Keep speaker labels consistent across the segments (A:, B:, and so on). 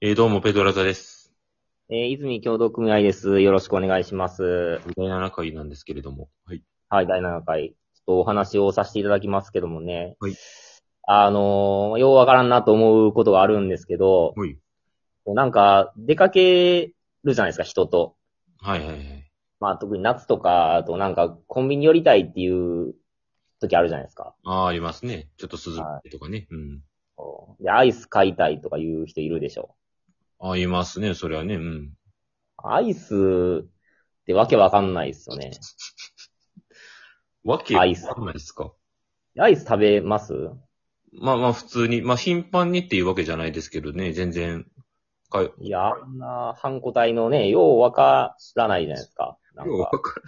A: えーどうも、ペドラザです。
B: えー泉協同組合です。よろしくお願いします。
A: 第7回なんですけれども。はい。
B: はい、第7回。ちょっとお話をさせていただきますけどもね。
A: はい。
B: あのーようわからんなと思うことがあるんですけど、
A: はい。
B: なんか、出かけるじゃないですか、人と。
A: はいはいはい。
B: まあ、特に夏とか、あとなんか、コンビニ寄りたいっていう時あるじゃないですか。
A: ああ、ありますね。ちょっと鈴木とかね。うん。
B: そうで、アイス買いたいとか言う人いるでしょ。
A: ありますね、それはね。うん。
B: アイスってわけわかんないですよね。
A: わけ
B: ア
A: わ
B: イス
A: かんないですか。
B: アイス食べます
A: まあまあ、普通に、まあ、頻繁にっていうわけじゃないですけどね、全然。かよ
B: いや、あんな、ハンコ体のね、ようわからないじゃないですか。なん
A: うわ
B: か、
A: か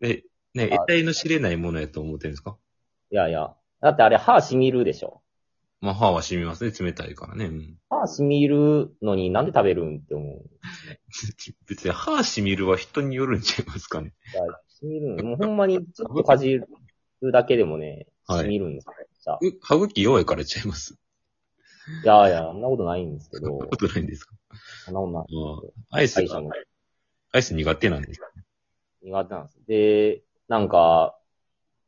A: らない。ね、ね、
B: あ
A: 得体の知れないものやと思ってるんですか
B: いやいや。だってあれ、歯染みるでしょ。
A: まあ、歯は染みますね、冷たいからね。うん。
B: 歯染みるのになんで食べるんって思う。
A: 別に歯染みるは人によるんちゃいますかね。
B: 染みるのもうほんまに、ちょっとかじるだけでもね、
A: はい
B: 染みるんですよ、じゃあ
A: え歯茎弱いからちゃいます。
B: いやいや、そんなことないんですけ
A: そん
B: ど
A: な、ことないんですか。
B: そんなことない。
A: ああアイス
B: 歯医者
A: が
B: も
A: アイス苦手なんですか
B: 苦手なんです。で、なんか、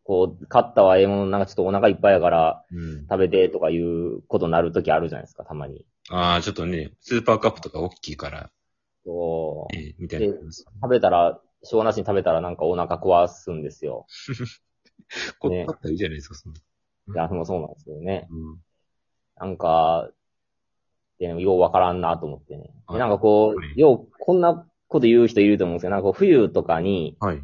B: こう、買ったはええもの、なんかちょっとお腹いっぱいやから
A: うん。
B: 食べてとかいうことになるときあるじゃないですか、たまに。
A: ああ、ちょっとね、スーパーカップとか大きいから、
B: そう。
A: ええみたいな。
B: 食べたら、しょうなしに食べたらなんかお腹壊すんですよ。
A: こうあったらいいじゃないですか、その。
B: いや、もうそうなんですよね。
A: うん。
B: なんか、でようわからんなと思ってね。
A: はい
B: でなんかこ、
A: はいう
B: よう、こんなこと言う人いると思うんですけど、なんかこう冬とかに、
A: はい。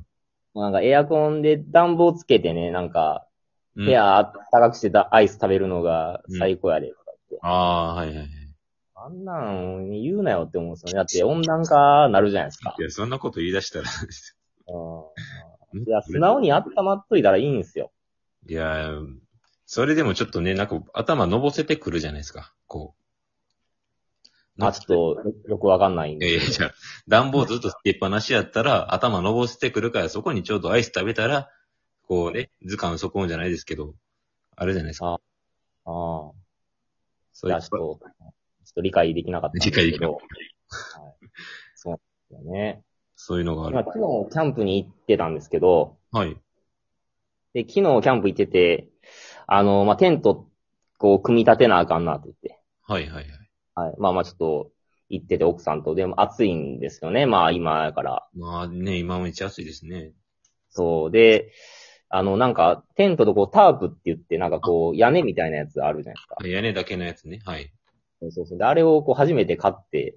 B: なんかエアコンで暖房つけてね、なんか、
A: うん、
B: 部
A: あ
B: 屋あったかくしてたアイス食べるのが最高やで。
A: あー、はいはいはい。
B: あんなん言うなよって思うんですよね。だって温暖化なるじゃないですか
A: い。や、そんなこと言い出したら。
B: うん。いや、素直に温まっといたらいいんですよ。
A: いや、それでもちょっとね、なんか頭のぼせてくるじゃないですか、こう。
B: まあちょっとよ、よくわかんないん
A: え
B: で。
A: えじゃあ、暖房ずっとつけっぱなしやったら、頭のぼせてくるから、そこにちょうどアイス食べたら、こうね、図鑑そこんじゃないですけど、あれじゃないですか。
B: ああ。
A: そ
B: いう
A: い
B: や、ちょっ
A: う。
B: と、ちょっと理解できなかったんです
A: 理
B: けど。
A: 解できなかっ
B: そうなんですよね。
A: そういうのがあ
B: まあ、
A: る。
B: 昨日キャンプに行ってたんですけど、
A: はい。
B: で、昨日キャンプ行ってて、あの、まあ、テント、こう、組み立てなあかんなって言って。
A: はいはいはい。
B: はい。まあまあ、ちょっと、行ってて奥さんと。でも暑いんですよね。まあ、今やから。
A: まあね、今めっちゃ暑いですね。
B: そう。で、あの、なんか、テントとこう、タープって言って、なんかこう、屋根みたいなやつあるじゃないですか。
A: 屋根だけのやつね。はい。
B: そうそうそう。で、あれをこう、初めて買って、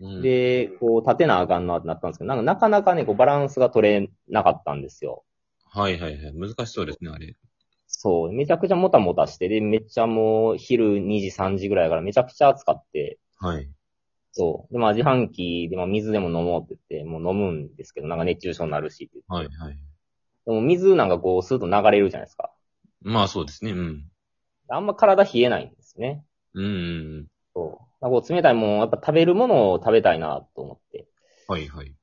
A: うん、
B: で、こう、立てなあかんなってなったんですけど、なんか、なかなかね、こう、バランスが取れなかったんですよ。
A: はいはいはい。難しそうですね、あれ。
B: そう、めちゃくちゃもたもたして、で、めっちゃもう昼2時、3時ぐらいからめちゃくちゃ暑かって、
A: はい。
B: そう。で、まあ自販機で、まあ水でも飲もうって言って、もう飲むんですけど、なんか熱中症になるしって言って
A: はいはい。
B: でも水なんかこう、スーッと流れるじゃないですか。
A: まあそうですね。うん。
B: あんま体冷えないんですね。
A: うんうんうん。
B: そう。なんかこう冷たいもん、やっぱ食べるものを食べたいなと思って。
A: はいはい。
B: うん。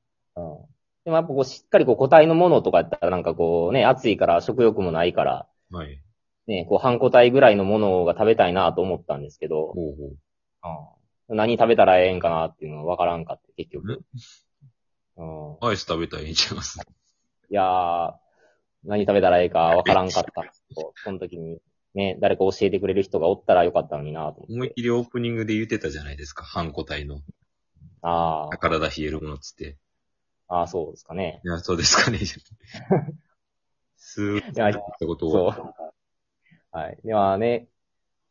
B: でもやっぱこう、しっかりこう、固体のものとかやったらなんかこう、ね、暑いから食欲もないから、
A: はい。
B: ね、こう、半固体ぐらいのものが食べたいなと思ったんですけ
A: ほう
B: ど、
A: ほう。
B: うん何食べたらええんかなっていうのは分からんかって、結局。うん、
A: アイス食べたらいいんちゃいます。
B: いやー、何食べたらええか分からんかったんですけど。その時に、ね、誰か教えてくれる人がおったらよかったのになと思
A: 思い
B: っ。
A: ってきりオープニングで言ってたじゃないですか。半個体の。
B: あー
A: 体冷えるものっつって。
B: あー、そうですかね。
A: いや、そうです かね。すーっ
B: いや
A: てこと
B: そ
A: を。
B: う。はい。ではね、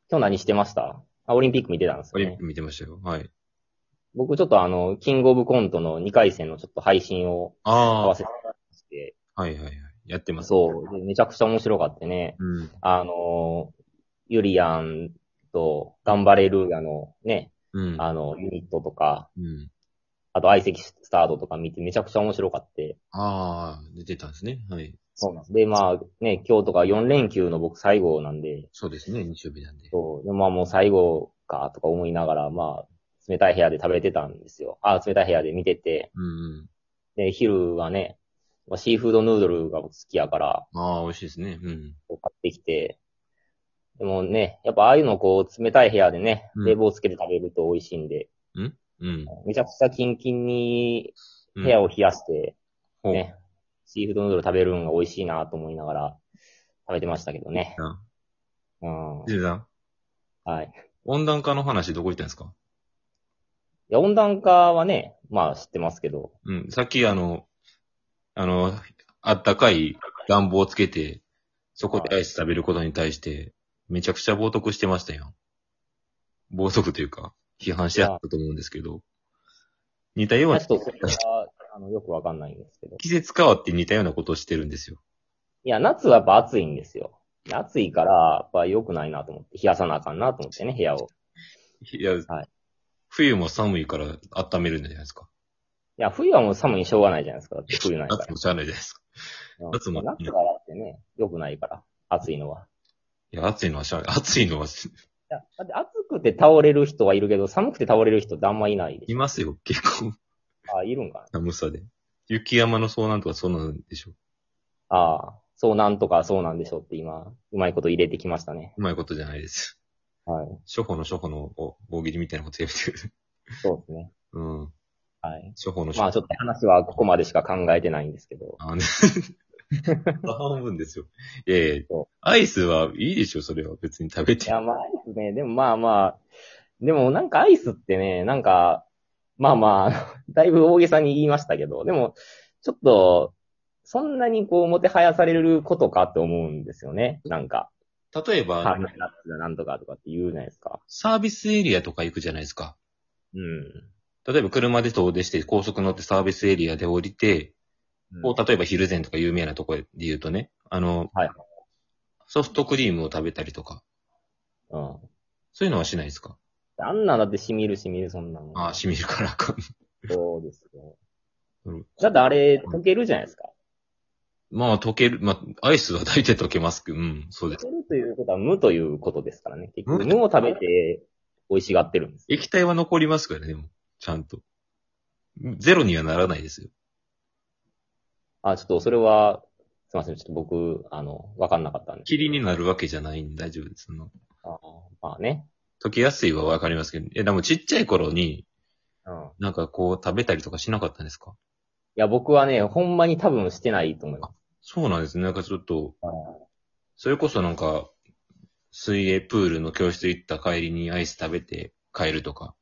B: 今日何してましたあオリンピック見てたんです
A: オ
B: よ
A: リンピッ
B: ね。
A: ク見てましたよ。はい。
B: 僕ちょっとあの、キングオブコントの2回戦のちょっと配信を合
A: あ
B: わせてもらって、
A: あ。はいはいはい。やってます。
B: そう。でめちゃくちゃ面白かったね。
A: うん。
B: あの、ユリアンと、頑張れルーヤのね、
A: うん。
B: あの、ユニットとか、
A: うん。
B: あと相席スタートとか見てめちゃくちゃ面白かった。
A: ああ、出てたんですね。はい。
B: そうなんです。で、まあね、今日とか4連休の僕最後なんで、
A: そうですね。日曜日なんで。
B: そう、でまあもう最後かとか思いながら、まあ、冷たい部屋で食べてたんですよ。あ、冷たい部屋で見てて、
A: うんうん。
B: で、昼はね、まあシーフードヌードルが僕好きやから、
A: ああ、美味しいですね。うん。
B: こう買ってきて、でもね、やっぱああいうのこう、冷たい部屋でね
A: う、ん
B: 冷房つけて食べると美味しいんで、
A: うん。
B: めちゃくちゃキンキンに
A: うん
B: 部屋を冷やして、
A: ほう
B: ね、シーフードヌードル食べるのが美味しいなと思いながら食べてましたけどね。
A: な
B: うん。
A: ジュンさん、
B: はい。
A: 温暖化の話どこ行ったんですか
B: いや、温暖化はね、まあ知ってますけど、
A: うん。さっきあの、あの、あったかい暖房をつけて、そこでアイス食べることに対して、めちゃくちゃ冒涜してましたよ。冒涜というか、批判してあったと思うんですけど。似たような
B: ち、ょっとそれは、あの、よくわかんないんですけど。
A: 季節変わって似たようなことをしてるんですよ。
B: いや、夏はやっぱ暑いんですよ。暑いから、やっぱ良くないなと思って、冷やさなあかんなと思ってね、部屋を。
A: いや、
B: はい
A: 冬も寒いから温めるんじゃないですか。
B: いや、冬はもう寒いにしょうがないじゃないですか。だって冬ないから
A: 夏。もしゃあないじゃないですか。
B: うん
A: 夏も
B: 夏はだってね、良くないから、暑いのは。
A: いや、暑いのはしゃあない。暑いのは、
B: いや、だって暑くて倒れる人はいるけど、寒くて倒れる人ってあんまいないでし
A: いますよ。結構、
B: ょ。あ、いるんかな。
A: 寒さで。雪山の遭難とかそうなんでしょう。
B: ああ、そうなんとかそうなんでしょうって今、うまいこと入れてきましたね。
A: うまいことじゃないです。
B: はい。
A: 初歩の初歩のお大喜利みたいなことやめてくる。
B: そうですね。
A: うん。
B: はい。
A: 初歩の初歩。
B: まあちょっと話はここまでしか考えてないんですけど。
A: あね半分ですよ。いやいや
B: そ
A: アイスはいいでしょ、それは。別に食べ
B: い
A: て。
B: や、まあアイスね、でもまあまあ、でもなんかアイスってね、なんか、まあまあ、 だいぶ大げさに言いましたけど、でも、ちょっと、そんなにこう、もてはやされることかって思うんですよね。なんか、
A: 例えば、
B: ハーフナッツだなんとかとかって言うじゃないですか。
A: サービスエリアとか行くじゃないですか。
B: うん。
A: 例えば車で遠出して、高速乗ってサービスエリアで降りて、こう例えばヒルゼンとか有名なところで言うとね、あの、
B: はい
A: ソフトクリームを食べたりとか、
B: うん。
A: そういうのはしないですか
B: あんなんだって染みる染みる、そんなの。
A: ああ、染みるからあかん。
B: そうですよ。
A: うん
B: だってあれ、溶けるじゃないですか。
A: まあ溶ける、まあアイスは大体溶けますけど、うん、そうで
B: 溶
A: す。
B: けるということは無ということですからね。結局、
A: 無
B: 無を食べて美味しがってるんです。
A: 液体は残りますからね、でも、ちゃんと。ゼロにはならないですよ。
B: あ、ちょっとそれは、すいません。ちょっと僕、あの、わかんなかったんで。
A: 霧になるわけじゃないんで大丈夫です。その
B: あまあね。
A: 溶けやすいはわかりますけど、え、でもちっちゃい頃に、
B: うん。
A: なんかこう食べたりとかしなかったんですか
B: いや、僕はね、ほんまに多分してないと思います。
A: そうなんですね。なんかちょっと、
B: あ
A: それこそなんか、水泳プールの教室行った帰りにアイス食べて帰るとか。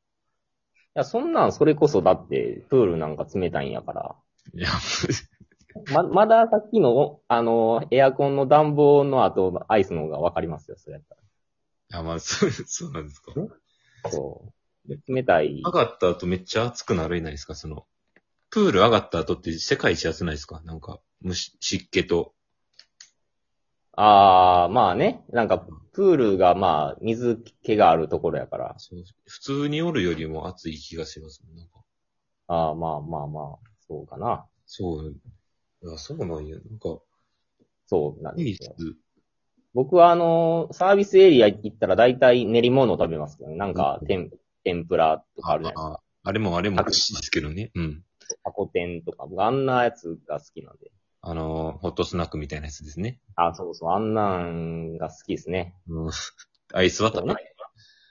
B: いや、そんなん、それこそだって、プールなんか冷たいんやから。
A: いや、
B: ま、まださっきの、あの、エアコンの暖房の後のアイスの方がわかりますよ、それやった
A: いやまあ、そう、そうなんですか。
B: ら。そう。冷たい。
A: 上がった後めっちゃ暑くなるじゃないですか、その。プール上がった後って世界一暑ないですかなんか、虫、湿気と。
B: ああ、まあね。なんか、プールがまあ、水気があるところやから。
A: そう普通におるよりも暑い気がしますもん。なんか、
B: ああ、まあまあまあ、そうかな。
A: そう。いや、そうなんや。なんか、
B: そうなん
A: い
B: で
A: い
B: すよ。
A: 質。
B: 僕はあの、サービスエリア行ったら大体練り物を食べますけどね。なんか、天、天ぷらとかあるじゃないですか。
A: ああれもあれも美味しいですけどね。うん。
B: タコ天とか。僕あんなやつが好きなんで。
A: あの、ホットスナックみたいなやつですね。
B: あそうそう、あんなんが好きですね。
A: うん。アイスは食べない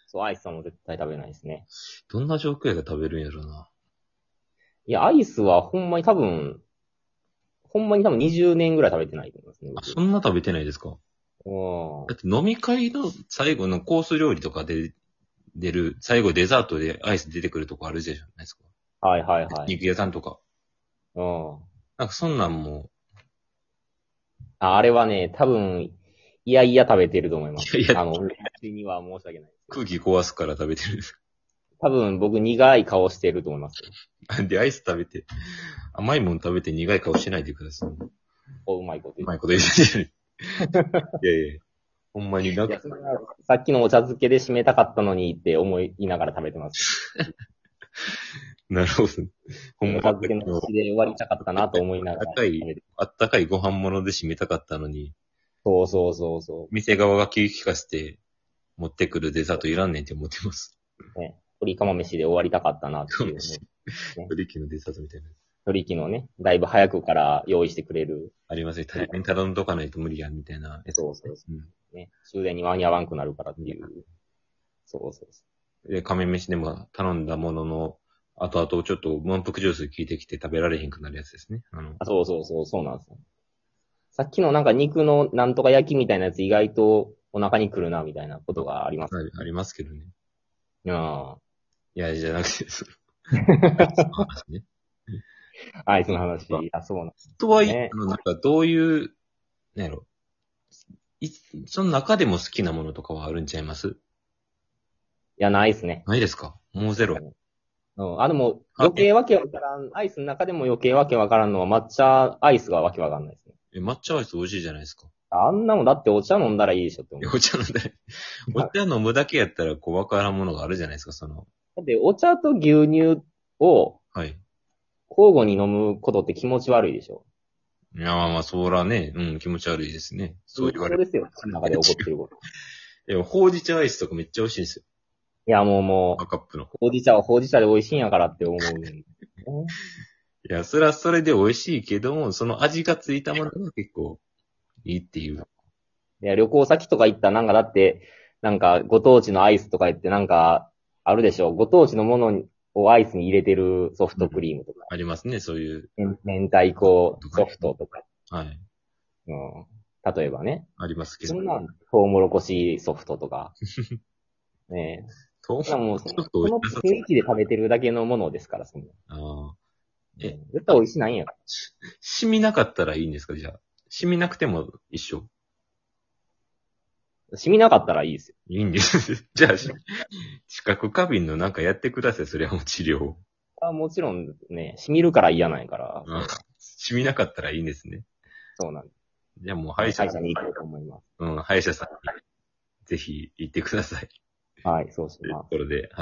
B: そう、アイスはもう絶対食べないですね。
A: どんな状況が食べるんやろうな。
B: いや、アイスはほんまに多分、ほんまに多分20年ぐらい食べてないと思いますね。
A: あ、
B: 僕
A: そんな食べてないですか
B: うん
A: だって飲み会の最後のコース料理とかで出る、最後デザートでアイス出てくるとこあるじゃないですか。
B: はいはいはい。
A: 肉屋さんとか。
B: うん。
A: なんかそんなんも、
B: ああれはね、多分、いやいや食べてると思います。
A: いやいや
B: あの、私には申し訳ないですけど。
A: 空気壊すから食べてる。
B: 多分僕苦い顔してると思いますよ。
A: で、アイス食べて、甘いもん食べて苦い顔しないでください。
B: おうまいこ
A: う
B: と言
A: ま
B: っ
A: いこと言って る。いやいや。ほんまになん
B: て。い
A: か
B: や、それはさっきのお茶漬けで締めたかったのにって思いながら食べて ます。
A: なるほど。ほ
B: お
A: ん
B: 茶
A: ま
B: 漬けの口で終わりたかったなと思いながら食べてる。
A: あったかいご飯物で締めたかったのに、
B: そうそうそうそう。
A: 店側が気を利かせて持ってくるデザートいらんねんって思ってます。
B: 鶏釜飯で終わりたかったなっていう、ね。
A: 取引のデザートみたいな。
B: 鶏機のね、だいぶ早くから用意してくれる。
A: ありますね。大変頼んどかないと無理や、みたいなやつ。
B: そうそうそ
A: うん。
B: う。ね、終電に間に合わんくなるからっていう。そうそうそう。
A: で、仮面飯でも頼んだものの、後々ちょっと満腹ジュース効いてきて食べられへんくなるやつですね。あの、
B: あ、そうそうそう、そうなんですよ。さっきのなんか肉のなんとか焼きみたいなやつ意外とお腹にくるな、みたいなことがあります。
A: あありますけどね。
B: うん。ア
A: いや、じゃなくて、その話ね。
B: イスの話。あ、そうなんです。
A: とはいえ、
B: ね
A: あのなんかどういう、なんやろ。いその中でも好きなものとかはあるんちゃいます
B: いや、ないですね。
A: ないですかもうゼロ。
B: うん。あ、でも、余計わけわからん、アイスの中でも余計わけわからんのは抹茶アイスがわけわかんないですね。
A: え、抹茶アイス美味しいじゃないですか。
B: あんなもんだってお茶飲んだらいいでしょって思
A: え
B: う。
A: お茶飲んだ り、お茶飲むだけやったら、こう、わからんものがあるじゃないですか、その。
B: だってお茶と牛乳を
A: はい。
B: 交互に飲むことって気持ち悪いでしょ。
A: いや、まあまあ、そらね、うん、気持ち悪いですね。そう言われる。
B: 一緒ですよ、口の中で起こってること。
A: いや、ほうじ茶アイスとかめっちゃ美味しいんですよ。
B: いや、もうもう
A: マ、カップの。
B: ほうじ茶はほうじ茶で美味しいんやからって思うねん。
A: いや、それはそれで美味しいけども、その味がついたものが結構いいっていう。
B: いや、旅行先とか行ったらなんかだって、なんかご当地のアイスとか言ってなんか、あるでしょ。ご当地のものをアイスに入れてるソフトクリームとか、
A: ありますね、そういう。
B: 明太子ソフトとか、
A: はい。
B: うん。例えばね。
A: ありますけど
B: そん。なん、トウモロコシソフトと か。ねえ。
A: と
B: そんなもう、そ
A: ち
B: の
A: ょっと美味しなさそう
B: 雰囲気で食べてるだけのものですから、そんな。
A: ああ。え
B: 絶対美味しないんやから。
A: 染みなかったらいいんですか、じゃあ。染みなくても一緒。
B: 染みなかったらいいですよ。
A: いいんです。 じゃあ、し知覚過敏のなんかやってください、それはもう治療を。
B: あもちろんね、染みるから嫌なんやから、
A: あ染みなかったらいいんですね。
B: そうなんです。
A: じゃあもう歯
B: 歯
A: 医
B: 医
A: 者
B: 者に行こうと思いま
A: うん、歯医者さんに、ぜひ行ってください。
B: す。はい、そうし
A: という
B: ま
A: と
B: す。
A: ころで、